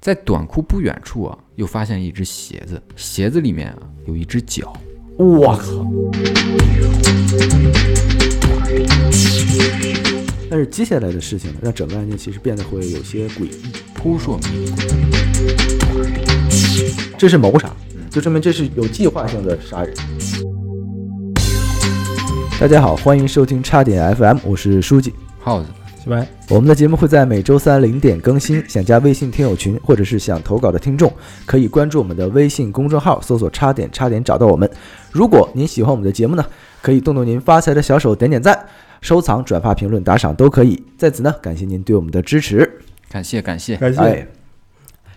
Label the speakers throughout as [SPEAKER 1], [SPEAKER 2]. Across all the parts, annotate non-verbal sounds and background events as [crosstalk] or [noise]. [SPEAKER 1] 在短裤不远处啊，又发现一只鞋子，鞋子里面啊有一只脚。
[SPEAKER 2] 我靠！但是接下来的事情呢，让整个案件其实变得会有些诡异。
[SPEAKER 1] 扑朔迷离。
[SPEAKER 2] 这是谋杀，就证明这是有计划性的杀人。大家好，欢迎收听差点 FM，我是书记。
[SPEAKER 1] 耗子，
[SPEAKER 3] 小白，
[SPEAKER 2] 我们的节目会在每周三零点更新。想加微信听友群或者是想投稿的听众，可以关注我们的微信公众号，搜索“差点差点”找到我们。如果您喜欢我们的节目呢，可以动动您发财的小手，点点赞、收藏、转发、评论、打赏都可以。在此呢，感谢您对我们的支持。
[SPEAKER 1] 感谢感谢，
[SPEAKER 3] 感谢
[SPEAKER 2] 哎，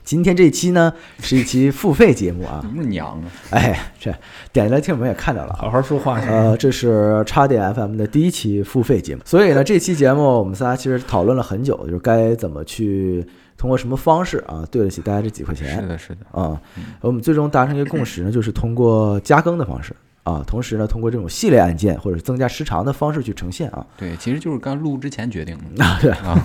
[SPEAKER 2] 今天这一期呢是一期付费节目啊
[SPEAKER 1] 你。们娘啊！
[SPEAKER 2] 哎，这点进来听友们也看到了啊。
[SPEAKER 3] 好好说话。
[SPEAKER 2] 呃，这是叉点 FM 的第一期付费节目，所以呢，这期节目我们仨其实讨论了很久，就是该怎么去通过什么方式啊，对得起大家这几块
[SPEAKER 1] 是
[SPEAKER 2] 钱
[SPEAKER 1] 的，是的，
[SPEAKER 2] 啊。我们最终达成一个共识呢，就是通过加更的方式啊，同时呢，通过这种系列案件或者增加时长的方式去呈现啊。
[SPEAKER 1] 对，其实就是刚录之前决定的
[SPEAKER 2] 啊，对
[SPEAKER 1] 啊。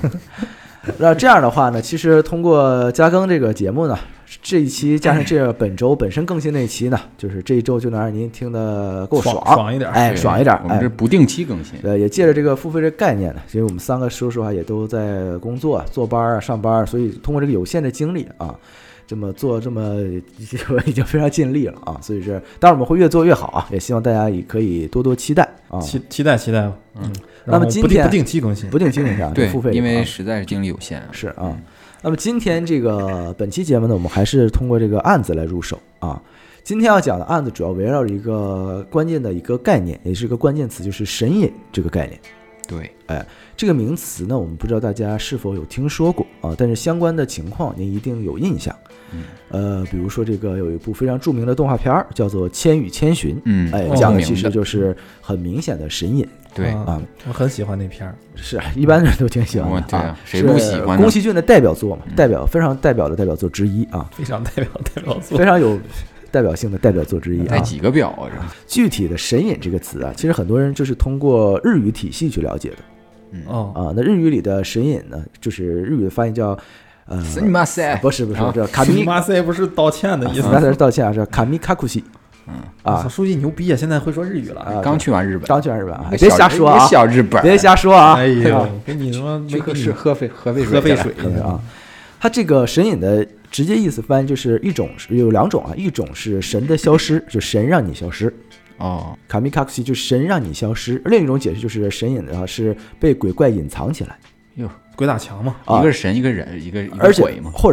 [SPEAKER 2] 那这样的话呢，其实通过加更这个节目呢，这一期加上这本周本身更新那一期呢，就是这一周就能让您听得够
[SPEAKER 3] 爽爽一点
[SPEAKER 2] 哎，
[SPEAKER 1] 对
[SPEAKER 2] 爽一点，
[SPEAKER 1] 我
[SPEAKER 2] 哎
[SPEAKER 1] 们这，不定期更新，
[SPEAKER 2] 呃，也借着这个付费这概念呢，其实我们三个说实话也都在工作、坐班啊、上班啊，所以通过这个有限的精力啊，这么做这么已经非常尽力了啊，所以是，当然我们会越做越好啊，也希望大家也可以多多期待啊，
[SPEAKER 3] 期期待期待吧。嗯，
[SPEAKER 2] 那
[SPEAKER 3] 然
[SPEAKER 2] 么
[SPEAKER 3] 后
[SPEAKER 2] 今
[SPEAKER 3] 不定
[SPEAKER 2] 天
[SPEAKER 3] 不定期更新，
[SPEAKER 2] 不定期一下
[SPEAKER 1] 对
[SPEAKER 2] 付费，
[SPEAKER 1] 因为
[SPEAKER 2] 啊
[SPEAKER 1] 实在是精力有限啊。
[SPEAKER 2] 是啊。那么今天这个本期节目呢，我们还是通过这个案子来入手啊。今天要讲的案子主要围绕着一个关键的一个概念，也是一个关键词，就是神隐这个概念。
[SPEAKER 1] 对，
[SPEAKER 2] 这个名词呢，我们不知道大家是否有听说过啊，但是相关的情况您一定有印象。
[SPEAKER 1] 嗯
[SPEAKER 2] 呃，比如说这个有一部非常著名的动画片儿叫做《千与千寻》，
[SPEAKER 1] 嗯，
[SPEAKER 2] 哎，
[SPEAKER 3] 哦
[SPEAKER 2] 讲的
[SPEAKER 1] 明
[SPEAKER 2] 其实
[SPEAKER 1] 的
[SPEAKER 2] 就是很明显的神隐，
[SPEAKER 1] 对，
[SPEAKER 2] 啊
[SPEAKER 3] 啊，我很喜欢那片儿。
[SPEAKER 2] 是啊一般人都挺喜欢
[SPEAKER 1] 我
[SPEAKER 2] 的
[SPEAKER 1] 哦对
[SPEAKER 2] 啊，
[SPEAKER 1] 谁不喜欢
[SPEAKER 2] 是
[SPEAKER 1] 呢
[SPEAKER 2] 宫？崎骏的代表作嘛，
[SPEAKER 1] 嗯
[SPEAKER 2] 代表非常代表的代表作之一啊，
[SPEAKER 3] 非常代表代表作
[SPEAKER 2] 非，常有代表性的代表作之一
[SPEAKER 1] 带
[SPEAKER 2] 啊。
[SPEAKER 1] 几个表啊？这
[SPEAKER 2] 具体的“神隐”这个词啊，其实很多人就是通过日语体系去了解的
[SPEAKER 3] 哦，
[SPEAKER 2] 啊。那日语里的“神隐”呢，就是日语的翻译叫呃，
[SPEAKER 1] 是你妈塞！
[SPEAKER 2] [laughs] 不是不是
[SPEAKER 1] 啊，
[SPEAKER 2] 这卡米
[SPEAKER 3] 马塞不是道歉的意思
[SPEAKER 2] 那。才是道歉啊，是卡米卡库西
[SPEAKER 1] 嗯，
[SPEAKER 3] 我操
[SPEAKER 2] 啊，
[SPEAKER 3] 书记牛逼啊！现在会说日语了。
[SPEAKER 2] 啊
[SPEAKER 1] 刚去完日本，
[SPEAKER 2] 张全是吧？
[SPEAKER 1] 你
[SPEAKER 2] 哎
[SPEAKER 1] 个
[SPEAKER 2] 别
[SPEAKER 1] 小
[SPEAKER 2] 瞎
[SPEAKER 1] 日
[SPEAKER 2] 说
[SPEAKER 1] 你个
[SPEAKER 2] 啊，
[SPEAKER 1] 小日本，
[SPEAKER 2] 别瞎说啊！
[SPEAKER 3] 哎
[SPEAKER 2] 对吧
[SPEAKER 3] 呦，给你他妈没
[SPEAKER 1] 这
[SPEAKER 3] 给
[SPEAKER 1] 个
[SPEAKER 3] 你
[SPEAKER 1] 是喝肺喝肺
[SPEAKER 3] 喝
[SPEAKER 1] 肺
[SPEAKER 3] 杯水，
[SPEAKER 2] 对啊，它这个神隐的直接意思翻译就是一种是有两种啊，一种是神的消失，就神让你消失。
[SPEAKER 1] 哦，
[SPEAKER 2] 卡米卡库西就是神让你消失，另一种解释就是神隐的啊是被鬼怪隐藏起来
[SPEAKER 1] 哟，
[SPEAKER 3] 嗯鬼打墙嘛。
[SPEAKER 2] 啊
[SPEAKER 1] 一个，是神，一个人，一个一
[SPEAKER 2] 而
[SPEAKER 1] 个
[SPEAKER 2] 且
[SPEAKER 1] 鬼嘛。
[SPEAKER 2] 或者